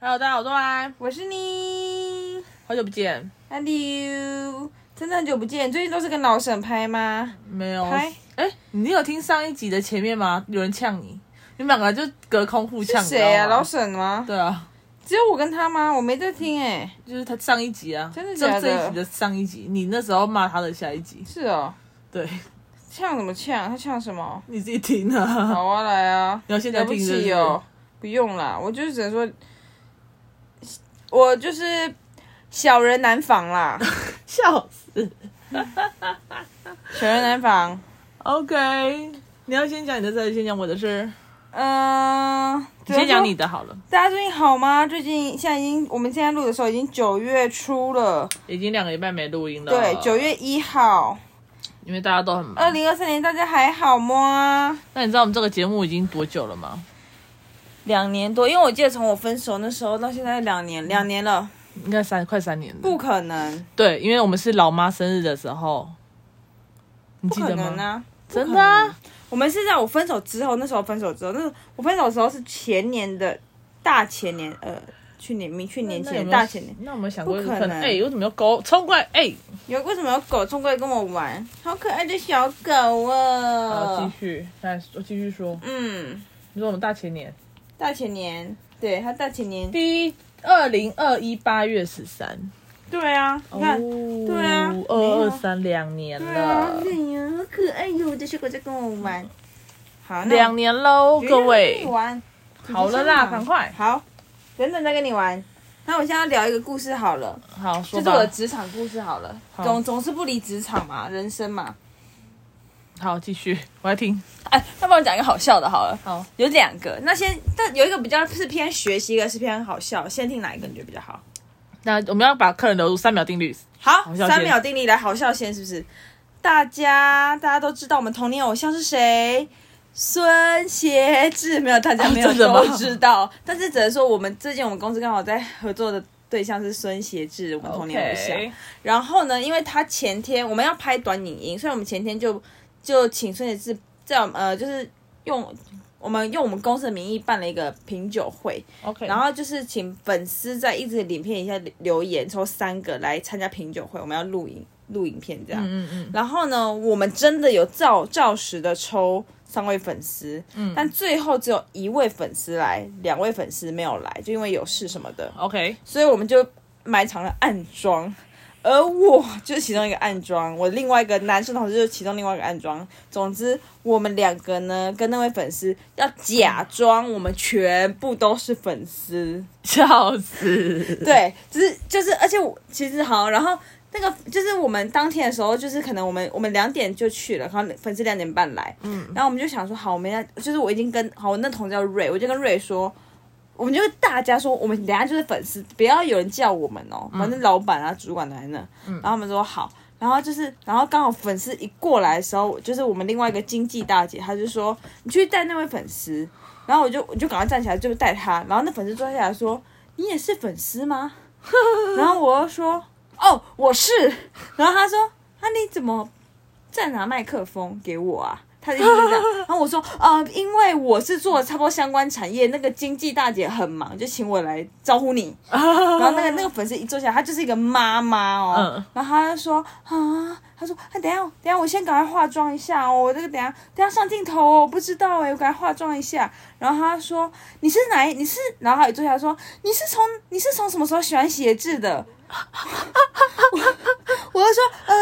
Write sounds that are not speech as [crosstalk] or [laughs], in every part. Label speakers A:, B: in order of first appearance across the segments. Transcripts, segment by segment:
A: Hello，大家好，我是安，
B: 我是你
A: 好久不见，
B: ，And you，真的很久不见，最近都是跟老沈拍吗？
A: 没有。
B: 嗨
A: 哎、你有听上一集的前面吗？有人呛你，你们两个就隔空互呛，
B: 谁
A: 你知
B: 啊？
A: 道吗
B: 老沈吗？
A: 对啊，
B: 只有我跟他吗？我没在听哎、
A: 就是他上一集啊，
B: 真的
A: 就
B: 假的
A: 这一集的上一集，你那时候骂他的下一集，
B: 是哦，
A: 对
B: 呛什么呛？他呛什么？
A: 你自己听啊。
B: 好啊，来啊！
A: 你要现在
B: 了不
A: 听是不
B: 起
A: 是
B: 哦，不用啦，我就是只能说，我就是小人难防啦，
A: [laughs] 笑死。
B: 小人难防。
A: OK，你要先讲你的事，还是先讲我的事？
B: 嗯、
A: 你先讲
B: 主要说
A: 你的好了，
B: 大家最近好吗？最近现在已经，我们现在录的时候已经九月初了，
A: 已经两个礼拜没录音了。
B: 对，九，月一号。
A: 因为大家都很忙。
B: 二零二三年大家还好吗？
A: 那你知道我们这个节目已经多久了吗？
B: 两年多，因为我记得从我分手那时候到现在两年，两年了，
A: 应该三快三年了。
B: 不可能，
A: 对，因为我们是老妈生日的时候，你
B: 不
A: 记
B: 可
A: 得
B: 能
A: 吗？
B: 啊！
A: 真的啊、
B: 我们是在我分手之后，那时候分手之后，那时候我分手的时候是前年的大前年，呃，去年明去年
A: 那有
B: 前
A: 没有
B: 大前年。
A: 那我们想过有
B: 不可
A: 可能？
B: 能
A: 哎、为什么要狗冲过来？哎、
B: 有为什么有狗冲过来跟我玩？好可爱的小狗
A: 好，
B: 哦
A: 继！续，来，我继续说。
B: 嗯，
A: 你说我们大前年，
B: 大前年，对他大前年，
A: 第一，二零二一八月十三，
B: 对啊，你看，对啊
A: 二
B: 没
A: 二
B: 有
A: 三两年
B: 对啊，
A: 了，
B: 对呀，好可爱哟！我的小狗在跟我玩。好，那我
A: 两年喽，各位
B: 跟你。哎玩
A: 好了啦，赶快，
B: 好，等等再跟你玩。那我现在要聊一个故事好了，
A: 好说
B: 就是
A: 吧
B: 我。的职场故事好了，
A: 好
B: 总总是不离职场嘛，人生嘛。
A: 好，继续，我要听。
B: [laughs] 哎，那帮我讲一个好笑的好了，
A: 好，
B: 有两个，那先但有一个比较是偏学习，一个是偏好笑，先听哪一个你觉得比较好？
A: 那我们要把客人流入三秒定律。
B: 好，
A: 笑
B: 三
A: 先
B: 秒定律来好笑先是不是？大家大家都知道我们童年偶像是谁？孙协志没有，大家
A: 哦
B: 没有
A: 真的吗
B: 都知道，但是只能说我们最近我们公司刚好在合作的对象是孙协志，我们童年偶像。
A: OK
B: 然后呢，因为他前天我们要拍短影音，所以我们前天就就请孙协志在我们呃，就是用我们用我们公司的名义办了一个品酒会，
A: OK，
B: 然后就是请粉丝在一直影片一下留言，抽三个来参加品酒会，我们要录影录影片这样。
A: 嗯嗯
B: 然后呢，我们真的有照照实的抽三位粉丝，
A: 嗯
B: 但最后只有一位粉丝来，两位粉丝没有来，就因为有事什么的，
A: ，OK，
B: 所以我们就埋藏了暗装。而我就是其中一个暗装，我另外一个男生同事就是其中另外一个暗装。总之，我们两个呢跟那位粉丝要假装我们全部都是粉丝，
A: 笑死。
B: [laughs] 对，就是就是，而且我其实好，然后那个就是我们当天的时候，就是可能我们我们两点就去了，然后粉丝两点半来，嗯，然后我们就想说，好，我们要就是我已经跟好，我那同事叫瑞，我就跟瑞说。我们就跟大家说，我们等一下就是粉丝，不要有人叫我们哦。反正老板啊、主管都在那，然后他们说好，然后就是，然后刚好粉丝一过来的时候，就是我们另外一个经纪大姐，她就说你去带那位粉丝，然后我就我就赶快站起来就带她，然后那粉丝坐下来说你也是粉丝吗？ [laughs] 然后我又说哦我是，然后她说啊你怎么再拿麦克风给我啊？她的意思是这样，然后我说呃因为我是做差不多相关产业，那个经纪大姐很忙，就请我来招呼你。然后那个那个粉丝一坐下来，她就是一个妈妈哦，
A: 嗯
B: 然后她就说啊，她说啊，等一下等一下，我先赶快化妆一下哦，我这个等一下等一下上镜头哦，我不知道哎，我赶快化妆一下。然后她说你是哪一？你是？然后她一坐下来说你是从你是从什么时候喜欢写字的？我就说，呃，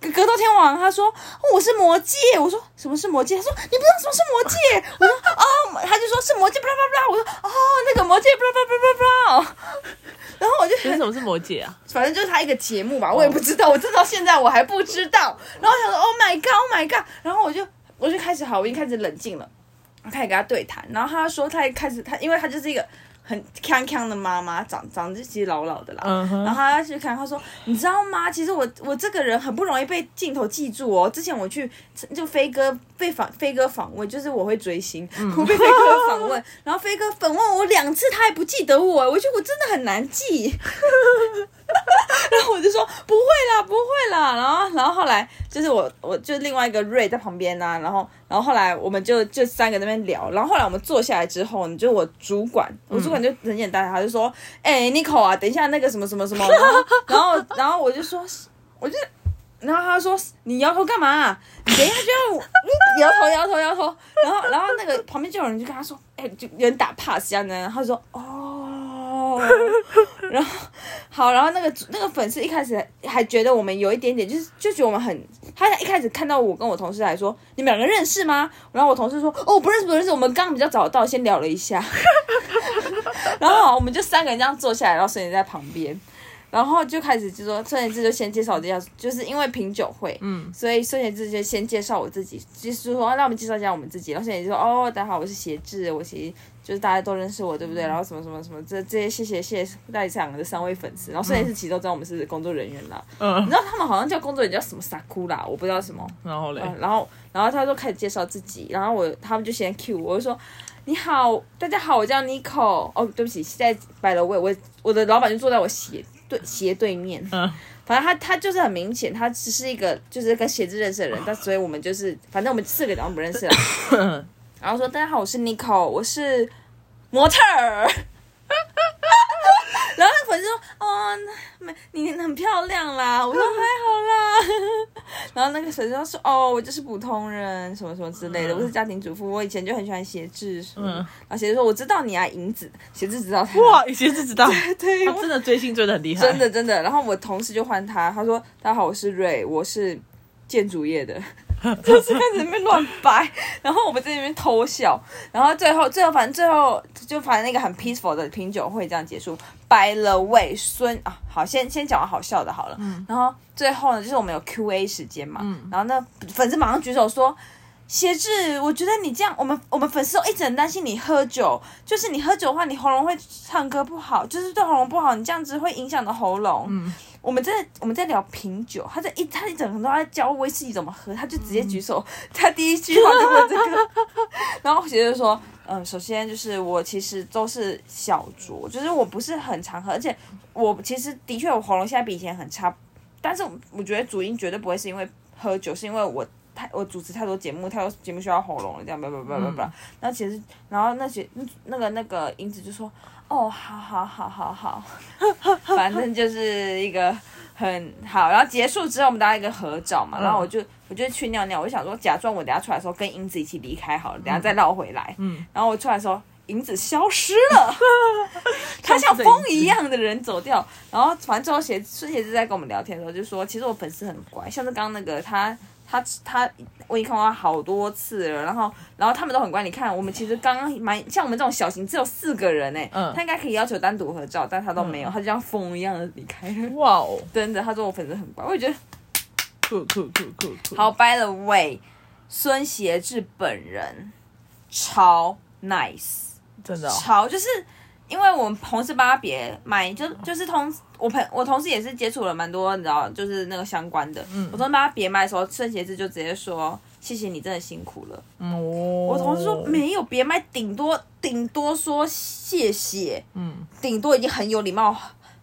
B: 格格斗天王，他说、哦我是魔戒，我说什么是魔戒？他说你不知道什么是魔戒？我说哦，他就说是魔戒，巴拉巴拉，我说哦，那个魔戒，巴拉巴拉巴拉巴拉。 [laughs] 然后我就
A: [laughs] 为什么是魔戒啊？
B: 反正就是他一个节目吧，我也不知道，我真到现在我还不知道。然后我想说，Oh my god，Oh my god，然后我就我就开始好，我已经开始冷静了，我开始跟他对谈。然后他说，他一开始他因为他就是一个很康康的妈妈，长长得其实老老的啦。
A: 嗯哼
B: 然后他要去看，他说：“你知道吗？其实我我这个人很不容易被镜头记住哦。之前我去就飞哥被访飞哥访问，就是我会追星，我被飞哥访问，然后飞哥访问我两次，他还不记得我，我觉得我真的很难记。” [laughs] 然后我就说不会啦，不会啦。然后，然后后来就是我，我就另外一个瑞在旁边呐、然后，然后后来我们就就三个在那边聊。然后后来我们坐下来之后，你就我主管，我主管就很简单，他就说：“哎、n i c o 啊，等一下那个什么什么什么。”然后，然后，然后我就说，我就，然后他说：“你摇头干嘛、你等一下就要摇头摇头摇头。”然后，然后那个旁边就有人就跟他说：“哎、就有人打 pass 这样呢。”他说：“哦。”然后好，然后那个那个粉丝一开始还觉得我们有一点点，就是就觉得我们很，他一开始看到我跟我同事还说你们两个认识吗？然后我同事说哦不认识不认识，我们刚刚比较早到，先聊了一下。然后好我们就三个人这样坐下来，然后孙妍在旁边，然后就开始就说孙妍志就先介绍一下，就是因为品酒会，嗯，所以孙妍志就先介绍我自己，就是说、啊、让我们介绍一下我们自己，然后孙妍志说哦大家好，我是协志，我其实就是大家都认识我，对不对？然后什么什么什么，这这些谢谢谢谢代理场的三位粉丝，然后孙妍志其实都知道我们是工作人员啦，你
A: 嗯
B: 知，道他们好像叫工作人员叫什么傻哭啦，我不知道什么，
A: 然后嘞，
B: 嗯，然后然后他就开始介绍自己，然后我他们就先 cue 我，我就说你好，大家好，我叫 Nico。哦，对不起，现在摆了位，我我的老板就坐在我斜对斜对面。
A: 嗯，
B: 反正他他就是很明显，他只是一个就是跟写字认识的人，但所以我们就是反正我们四个人我们认识啊了。然后说大家好，我是 Nico，我是模特儿。 [laughs] 然后那个粉丝说：“哦，那你很漂亮啦。”我说：“还好啦。” [laughs] 然后那个粉丝就说：“哦，我就是普通人，什么什么之类的，
A: 嗯
B: 我是家庭主妇，我以前就很喜欢写字。”嗯，
A: 嗯
B: 然后写字说：“我知道你啊，银子。”写字知道他。
A: 哇，以前是知道，
B: [laughs]
A: [laughs]
B: 对，
A: 他
B: 我
A: 真的追星追的很厉害，
B: 真的真的。然后我同事就换他，他说：“大家好，我是瑞，我是建筑
A: [laughs]
B: 业的。”就是开始在那边乱掰，然后我们在那边偷笑，然后最后最后反正最后就反正那个很 peaceful 的品酒会这样结束。By the way，孙啊，好，先先讲完好笑的好了。
A: 嗯
B: 然后最后呢，就是我们有 Q&A 时间嘛，然后那粉丝马上举手说。协志，我觉得你这样，我们我们粉丝都一直很担心你喝酒，就是你喝酒的话，你喉咙会唱歌不好，就是对喉咙不好，你这样子会影响你的喉咙。嗯，我们在我们在聊品酒，他在一他一整个都在教威士忌怎么喝，他就直接举手，他第一句话就问这个， [laughs] 然后协志就说，嗯，首先就是我其实都是小酌，就是我不是很常喝，而且我其实的确我喉咙现在比以前很差，但是我觉得主因绝对不会是因为喝酒，是因为我太我主持太多节目，太多节目需要喉咙了，这样叭叭叭叭叭。那其实，然后那些那个那个英子就说：“哦，好好好好好， [laughs] 反正就是一个很好。”然后结束之后，我们大家一个合照嘛，然后我就我就去尿尿，我就想说假装我等下出来的时候跟英子一起离开好了，等下再绕回来。嗯，然后我出来的时候。银子消失了，他像风一样的人走掉。然后反正最后鞋孙鞋子在跟我们聊天的时候就说，其实我粉丝很乖，像是刚刚那个他他他，我已经看过他好多次了。然后然后他们都很乖，你看我们其实刚刚蛮像我们这种小型只有四个人哎、
A: 嗯
B: 他应该可以要求单独合照，但他都没有，他就像风一样的离开了。 [laughs]
A: 哇哦，
B: 真的，他说我粉丝很乖，我也觉得
A: 酷酷酷酷酷，
B: 好。By the way，孙协志本人超 nice。
A: 真的哦，
B: 潮，就是因为我们同事帮他别买，就就是同我朋我同事也是接触了蛮多，你知道，就是那个相关的。
A: 嗯
B: 我同事帮他别卖的时候，孙协志就直接说：“谢谢你，真的辛苦了。”
A: 嗯，我
B: 我同事
A: 哦
B: 说没有别卖，顶多顶多说谢谢，
A: 嗯，
B: 顶多已经很有礼貌，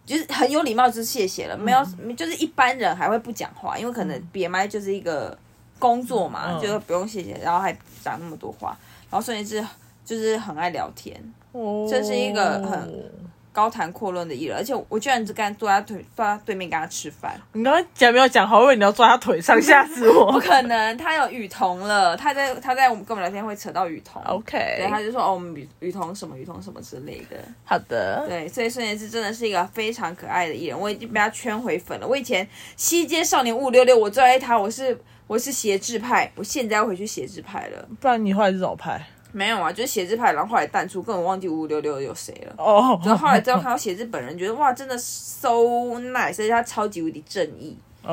B: 就是很有礼貌，就是谢谢了。没有，
A: 嗯
B: 就是一般人还会不讲话，因为可能别卖就是一个工作嘛，
A: 嗯
B: 就不用谢谢，然后还讲那么多话。然后孙燕姿就是很爱聊天，
A: 哦
B: 这是一个很高谈阔论的艺人，而且我居然只敢坐在他对坐在他对面跟他吃
A: [laughs]
B: 饭，
A: 你刚刚讲没有讲好，我以为你要抓他腿上，吓死
B: 不 [laughs]
A: 我。
B: 可能，他有雨桐了，他在他在我们跟我们聊天会扯到雨桐对，他
A: OK，
B: 就说哦，我们雨雨桐什么雨桐什么之类的，
A: 好的，
B: 对，所以孙燕姿真的是一个非常可爱的艺人，我已经被他圈回粉了。我以前西街少年五六六，我最爱他，我是我是斜制派，我现在回去斜制派了，
A: 不然你后来是怎么拍？
B: 没有啊，就是斜制派，然后后来淡出，根本忘记五五六六有谁了。
A: 哦，
B: 然后后来之后看到写字本人，觉得哇，真的 so nice，而且他超级无敌正义。对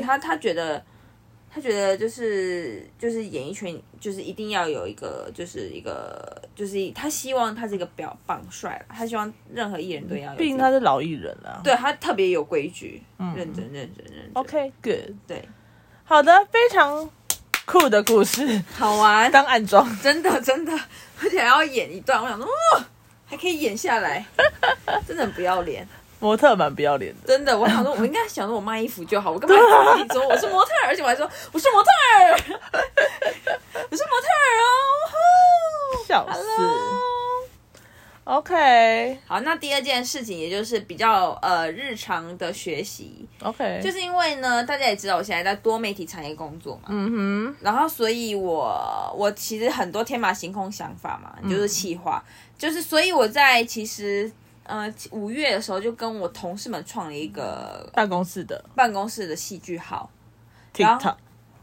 A: [laughs] OK，
B: 他，他觉得他觉得就是就是演艺圈就是一定要有一个就是一个就是他希望他是一个表榜帅啦，他希望任何艺人都要有这个。
A: 毕竟他是老艺人啊。
B: 对他特别有规矩，认真认真认真。
A: ，OK，Good，
B: 对，
A: 好的，非常酷的故事， [laughs]
B: 好玩，
A: 当暗装。
B: 真的真的，而且还要演一段，我想说，哦，还可以演下来，真的很不要脸。
A: 模特蛮不要脸的。
B: 真的，我想说，我应该想说我卖衣服就好，我干嘛自己说我是模特儿，而且我还说我是模特儿，我是模特儿哦，呼
A: 笑死
B: Hello
A: OK
B: 好，那第二件事情，也就是比较呃日常的学习，
A: OK，
B: 就是因为呢，大家也知道我现在在多媒体产业工作嘛，
A: 嗯哼，
B: 然后所以我我其实很多天马行空想法嘛，就是企划，就是所以我在其实呃五月的时候就跟我同事们创了一个
A: 办公室的
B: 办公室的戏剧号，然后
A: TikTok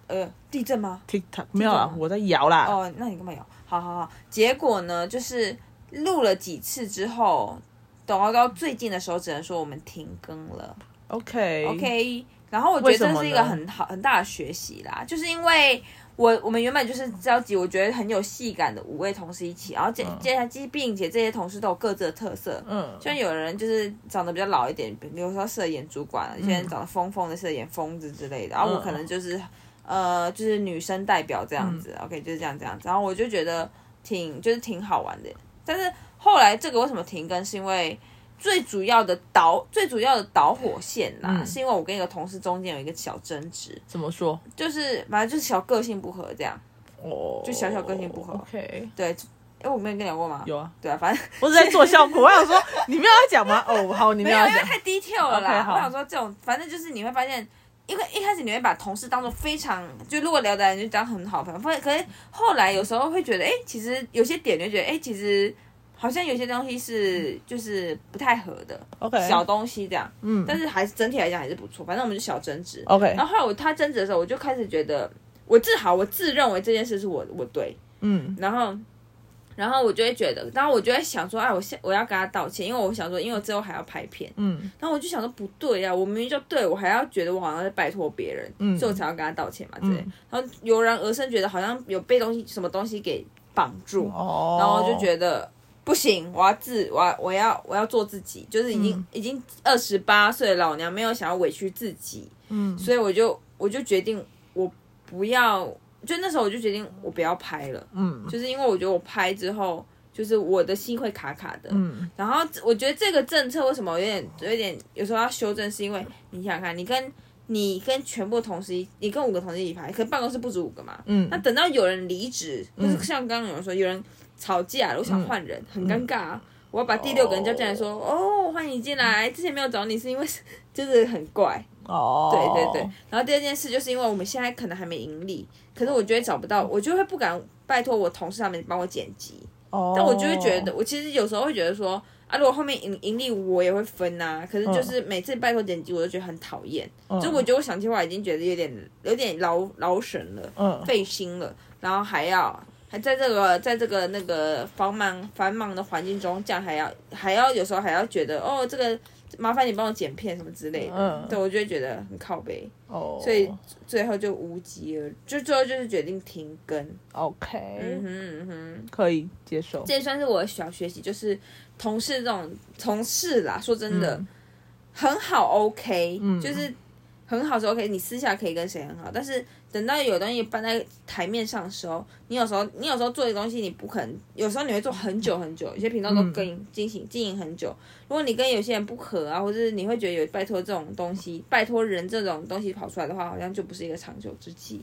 B: 呃，地震吗？
A: TikTok 没有
B: 这
A: 啦
B: 种，吗
A: 我在摇啦。
B: 哦，那你干嘛有？好好好，结果呢，就是录了几次之后，等到到最近的时候，只能说我们停更了。
A: OK
B: OK，然后我觉得
A: 为什
B: 这
A: 么
B: 是一
A: 呢
B: 个很好很大的学习啦，就是因为我我们原本就是召集我觉得很有戏感的五位同事一起，然后接接下来并且这些同事都有各自的特色，
A: 嗯，
B: 虽然有人就是长得比较老一点，比如说适合演主管，啊
A: 嗯
B: 有些人长得疯疯的适合演疯子之类的，然后我可能就是、呃就是女生代表这样子、o
A: 嗯
B: k 就是这样这样子，然后我就觉得挺就是挺好玩的，但是后来这个为什么停更，是因为。最主要的导最主要的导火线啦，
A: 嗯
B: 是因为我跟一个同事中间有一个小争执，
A: 怎么说？
B: 就是反正就是小个性不合这样。
A: 哦，就
B: 小小个性不合
A: OK，
B: 对，哎、我没有跟你聊过吗？
A: 有啊，
B: 对啊，反正
A: 我只在做效果。我想说，你们要讲吗？哦，好，你
B: 没
A: 们
B: 有，
A: 要
B: 因为
A: 讲。
B: 太 detail 了啦。
A: OK，好
B: 我想说这种，反正就是你会发现，因为一开始你会把同事当做非常，就如果聊得来你就当很好朋友，反可是后来有时候会觉得，哎、其实有些点就觉得，哎、其实好像有些东西是就是不太合的
A: OK，
B: 小东西这样，
A: 嗯
B: 但是还是整体来讲还是不错。反正我们就小争执。
A: OK，
B: 然后后来我他争执的时候，我就开始觉得，我自豪，我自认为这件事是我我对，
A: 嗯
B: 然后，然后我就会觉得，然后我就会想说，哎，我下我要跟他道歉，因为我想说，因为我之后还要拍片，
A: 嗯
B: 然后我就想说不对呀、我明明就对我还要觉得我好像在拜托别人，
A: 嗯
B: 所以我才要跟他道歉嘛之类。
A: 嗯
B: 然后油然而生觉得好像有被东西什么东西给绑住，
A: 哦，
B: 然后我就觉得。不行，我要自，我要，我要，我要做自己，就是已经、
A: 嗯
B: 已经二十八岁的老娘没有想要委屈自己，
A: 嗯
B: 所以我就我就决定我不要，就那时候我就决定我不要拍了，
A: 嗯
B: 就是因为我觉得我拍之后，就是我的心会卡卡的。
A: 嗯
B: 然后我觉得这个政策为什么有点有点有时候要修正，是因为你想想看，你跟你跟全部同事一，你跟五个同事一起拍，可办公室不止五个嘛。
A: 嗯
B: 那等到有人离职，就是像刚刚有人说有人吵架了，我想换人，很尴尬、
A: 嗯
B: 啊。我要把第六个人叫进来说，哦，欢迎你进来。之前没有找你是因为 [laughs] 就是很怪，
A: 哦，
B: 对对对。然后第二件事就是因为我们现在可能还没盈利，可是我觉得找
A: 嗯
B: 不到，我就会不敢拜托我同事他们帮我剪辑，
A: 哦，
B: 但我就会觉得，我其实有时候会觉得说，啊，如果后面盈盈利我也会分呐、可是就是每次拜托剪辑，我都觉得很讨厌，
A: 嗯，
B: 就我觉得我想计划已经觉得有点有点劳劳神了，
A: 嗯
B: 费心了，然后还要。还在这个在这个那个繁忙繁忙的环境中，这样还要还要有时候还要觉得哦，这个麻烦你帮我剪片什么之类的，
A: 嗯
B: 对我就会觉得很靠背。
A: 哦，
B: 所以最后就无疾而，就最后就是决定停更。嗯
A: OK
B: 哼嗯哼，
A: 可以接受，
B: 这也算是我的小学习，就是同事这种同事啦，说真的、
A: 嗯
B: 很好，OK，、
A: 嗯
B: 就是很好是 OK，你私下可以跟谁很好，但是等到有东西搬在台面上的时候，你有时候你有时候做的东西你不可能，有时候你会做很久很久，有些频道都
A: 嗯
B: 跟进行经营很久。如果你跟有些人不合啊，或者是你会觉得有拜托这种东西，拜托人这种东西跑出来的话，好像就不是一个长久之计。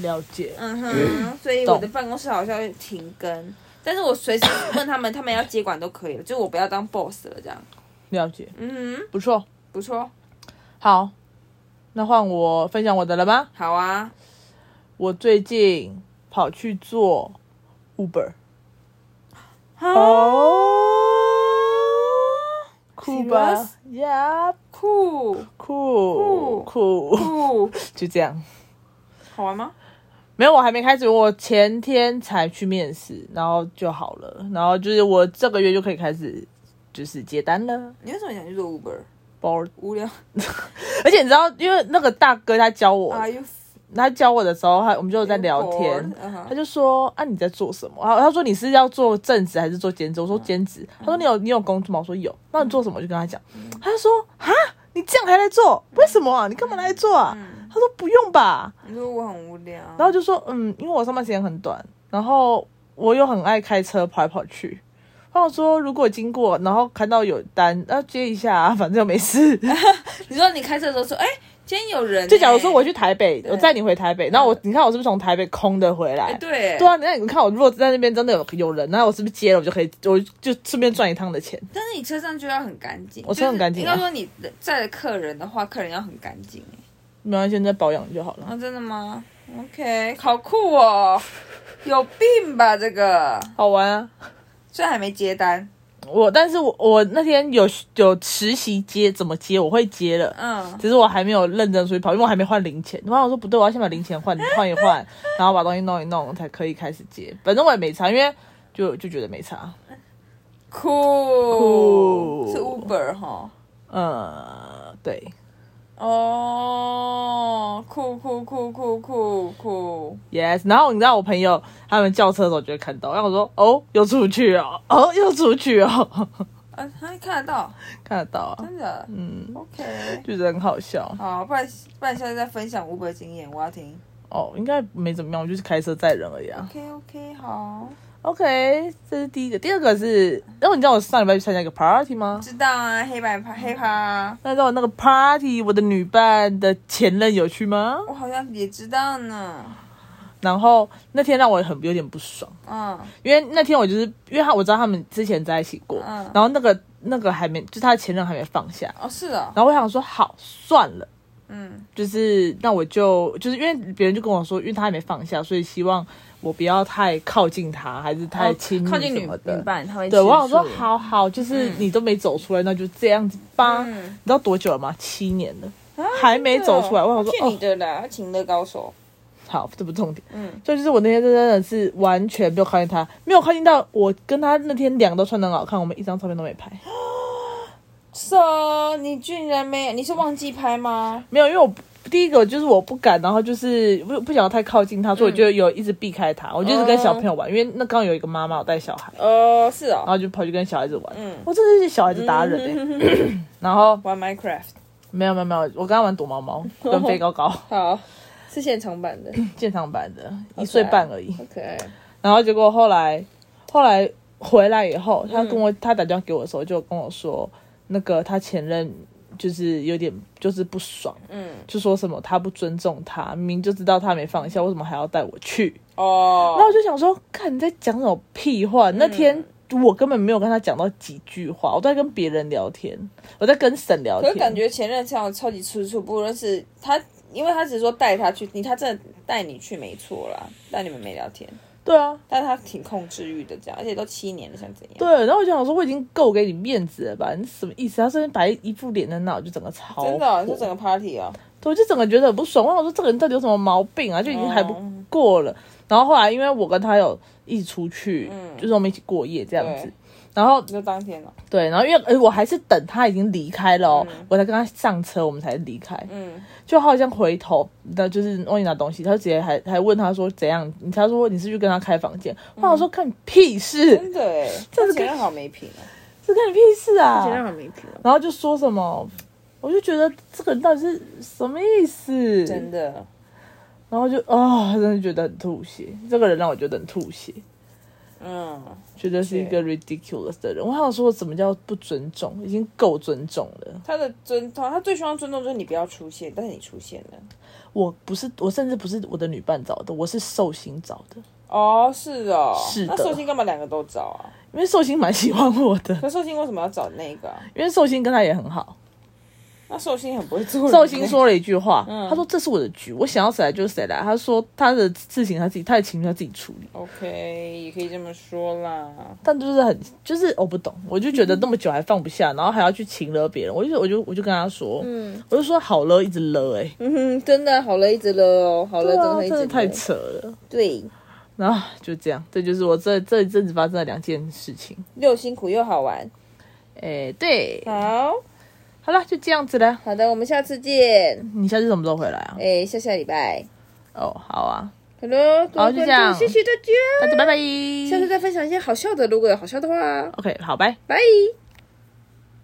A: 了解，
B: 嗯哼，所以我的办公室好像会停更，但是我随时问他们，他们要接管都可以了，就我不要当 boss 了这样。
A: 了解，
B: 嗯哼，
A: 不错，
B: 不错，
A: 好，那换我分享我的了吗？
B: 好啊，
A: 我最近跑去做 Uber
B: 好
A: 哦，酷吧
B: Serious？
A: ？Yeah，
B: 酷
A: 酷酷， [laughs]
B: 酷，
A: 就这样。
B: 好玩吗？
A: 没有，我还没开始，我前天才去面试，然后就好了，然后就是我这个月就可以开始就是接单了。
B: 你为什么想去做 Uber？
A: 包，
B: 无聊
A: 而且你知道，因为那个大哥他教我，
B: ？Are you
A: 他教我的时候，他我们就在聊
B: bored？
A: 天，
B: 嗯哼
A: 他就说啊你在做什么？然后他说你是要做正职还是做兼职？我说兼职。他说你有你有工作吗？我说有。那你做什么？我就跟他讲。他就说哈，你这样还来做？为什么啊？你干嘛来做啊？他说不用吧。
B: 你说我很无聊，然
A: 然后就说嗯，因为我上班时间很短，然后我又很爱开车跑来跑去，他们说如果经过，然后看到有单，那、接一下、啊，反正又没事。 [laughs]
B: 你说你开车的时候说，哎、今天有人欸、
A: 就假如说我去台北，我载你回台北，那我你看我是不是从台北空的回来？
B: 哎对
A: 对啊，那你看我如果在那边真的有有人，那我是不是接了我就可以，我就顺便赚一趟的钱？
B: 但是你车上就要很干净，
A: 我车很干净啊
B: 就是应该说你载了客人的话，客人要很干净欸。
A: 没关系，你再保养就好了。
B: 啊，真的吗？OK，好酷 [laughs] 哦，有病吧这个？
A: 好玩啊！
B: 虽然还没接单，
A: 我但是我我那天有有实习接怎么接，我会接了。
B: 嗯，
A: 只是我还没有认真出去跑，因为我还没换零钱。然后我说不对，我要先把零钱换换一换，然后把东西弄一弄，才可以开始接。反正我也没差，因为就就觉得没差。
B: 酷
A: 酷
B: 是 Uber 哈。
A: 呃，对，
B: 哦，酷酷酷酷酷酷！
A: Yes，然后你知道我朋友他们叫车的时候就会看到，然后我说哦，又出去哦，哦，又出去哦， [laughs]
B: 啊，还看得到，
A: 看得到啊，
B: 真的，嗯，OK，
A: 就觉得很好笑
B: 好，不然不然下次再分享 Uber 经验，我要听。
A: 哦，应该没怎么样，我就是开车载人而已啊。
B: OK OK，好，
A: OK，这是第一个，第二个是，因为你知道我上礼拜去参加一个 party 吗？
B: 知道啊，黑白趴黑趴啊，
A: 那到那个 party，我的女伴的前任有去吗？
B: 我好像也知道呢，
A: 然后那天让我很有点不爽，
B: 嗯
A: 因为那天我就是因为他我知道他们之前在一起过，
B: 嗯
A: 然后那个那个还没，就是他的前任还没放下，
B: 哦是哦，
A: 然后我想说好算了。
B: 嗯
A: 就是那我就就是因为别人就跟我说，因为他还没放下，所以希望我不要太靠近他，还是太亲密
B: 哦靠近女
A: 什么的。
B: 女伴，他会
A: 对，
B: 吃
A: 我想说
B: 醋，
A: 好好，就是你都没走出来，那就这样子吧。
B: 嗯
A: 你知道多久了吗？七年了，还没走出来。我想说，
B: 骗你
A: 哦，
B: 的啦，情乐高手，
A: 好，这不重点。
B: 嗯，
A: 所以就是我那天真的是完全没有靠近他，没有靠近到我跟他那天两个都穿的很好看，我们一张照片都没拍。
B: so 你居然没有，你是忘记拍吗？
A: 没有，因为我不第一个就是我不敢，然后就是不不想要太靠近他，所以我就有一直避开他。我就是跟小朋友玩，因为那刚好有一个妈妈我带小孩，
B: 哦是
A: 然
B: 哦，
A: 后就跑去跟小孩子玩。
B: 嗯
A: 我真的是小孩子达人哎、
B: [laughs]
A: 然后
B: 玩 Minecraft，
A: 没有没有没有，我跟他玩躲猫猫跟飞高高
B: 好，是现场版
A: [laughs]
B: 的，
A: 现场版的，
B: 哦
A: 一岁半而已。
B: 好可爱，
A: 然后结果后来后来回来以后，
B: 嗯
A: 他跟我、他打电话给我的时候，就跟我说那个他前任就是有点就是不爽，
B: 嗯，
A: 就说什么他不尊重他，明明就知道他没放下，为什么还要带我去？
B: 哦，
A: 然后我就想说，看你在讲什么屁
B: 嗯
A: 话？那天我根本没有跟他讲到几句话，我都在跟别人聊天，我在跟神聊
B: 可
A: 天。
B: 是感觉前任这样超级吃醋，不论是他，因为他只是说带他去，你他真的带你去没错啦，但你们没聊天，
A: 对啊，
B: 但他挺控制欲的这样，而且都七年了，想怎样？
A: 对。然后我就想说，我已经够给你面子了吧？你什么意思？他甚至摆一副脸在那，我就整个超
B: 真的哦、你
A: 火
B: 说整个 party 啊、
A: 对，我就整个觉得很不爽。我想说，这个人到底有什么毛病啊？就已
B: 嗯
A: 经还不过了。然后后来，因为我跟他有一起出去，就是我们一起过夜这样子
B: 嗯对。
A: 然后
B: 你说当天哦，
A: 对，然后因为呃我还是等他已经离开了、哦，我才跟他上车，我们才离开。
B: 嗯，
A: 就好像回头，那就是忘记拿东西，他就直接还还问他说怎样？他说你是去跟他开房间？我想说看你屁事，
B: 嗯 [laughs] 真的哎，
A: 这是
B: 他前任好没品哦、
A: 这看你屁事啊！
B: 好没品哦、
A: 然后就说什么，我就觉得这个人到底是什么意思？
B: 真的，
A: 然后就啊、真的觉得很吐血，这个人让我觉得很吐血，
B: 嗯，
A: 觉得是一个 ridiculous 的人。我想说，什么叫不尊重？已经够尊重了。
B: 他的尊他他最希望尊重就是你不要出现，但是你出现了，
A: 我不是，我甚至不是我的女伴找的，我是寿星找的，
B: 哦，是哦，
A: 是的
B: 那寿星干嘛两个都找啊？
A: 因为寿星蛮喜欢我
B: [laughs]
A: 的，
B: 可寿星为什么要找那个啊、
A: 因为寿星跟他也很好。
B: 那寿星很不会做人欸，
A: 赵鑫说了一句话，
B: 嗯
A: 他说：“这是我的局，我想要谁来就谁来。”他说他的事情他自己，他的情绪他自己处理。
B: OK，也可以这么说啦。
A: 但就是很，就是我不懂，我就觉得那么久还放不下，然后还要去情勒别人，我就我就我就跟他说，我就说好了，一直勒、欸，哎、
B: 嗯哼，真的好了，一直了哦，好了，
A: 啊，
B: 一
A: 真的
B: 直了
A: 太扯了。
B: 对，
A: 然后就这样，这就是我这这一阵子发生的两件事情。
B: 又辛苦又好玩。
A: 哎、对，
B: 好
A: 好了，就这样子了。
B: 好的，我们下次见。
A: 你下次什么时候回来啊？
B: 哎，下下礼拜。
A: 哦，好啊，
B: 好喽，多
A: 好就
B: 关
A: 这样
B: 注，谢谢大家。
A: 大家拜拜。
B: 下次再分享一些好笑的，如果有好笑的话，
A: OK，好，拜。
B: 拜。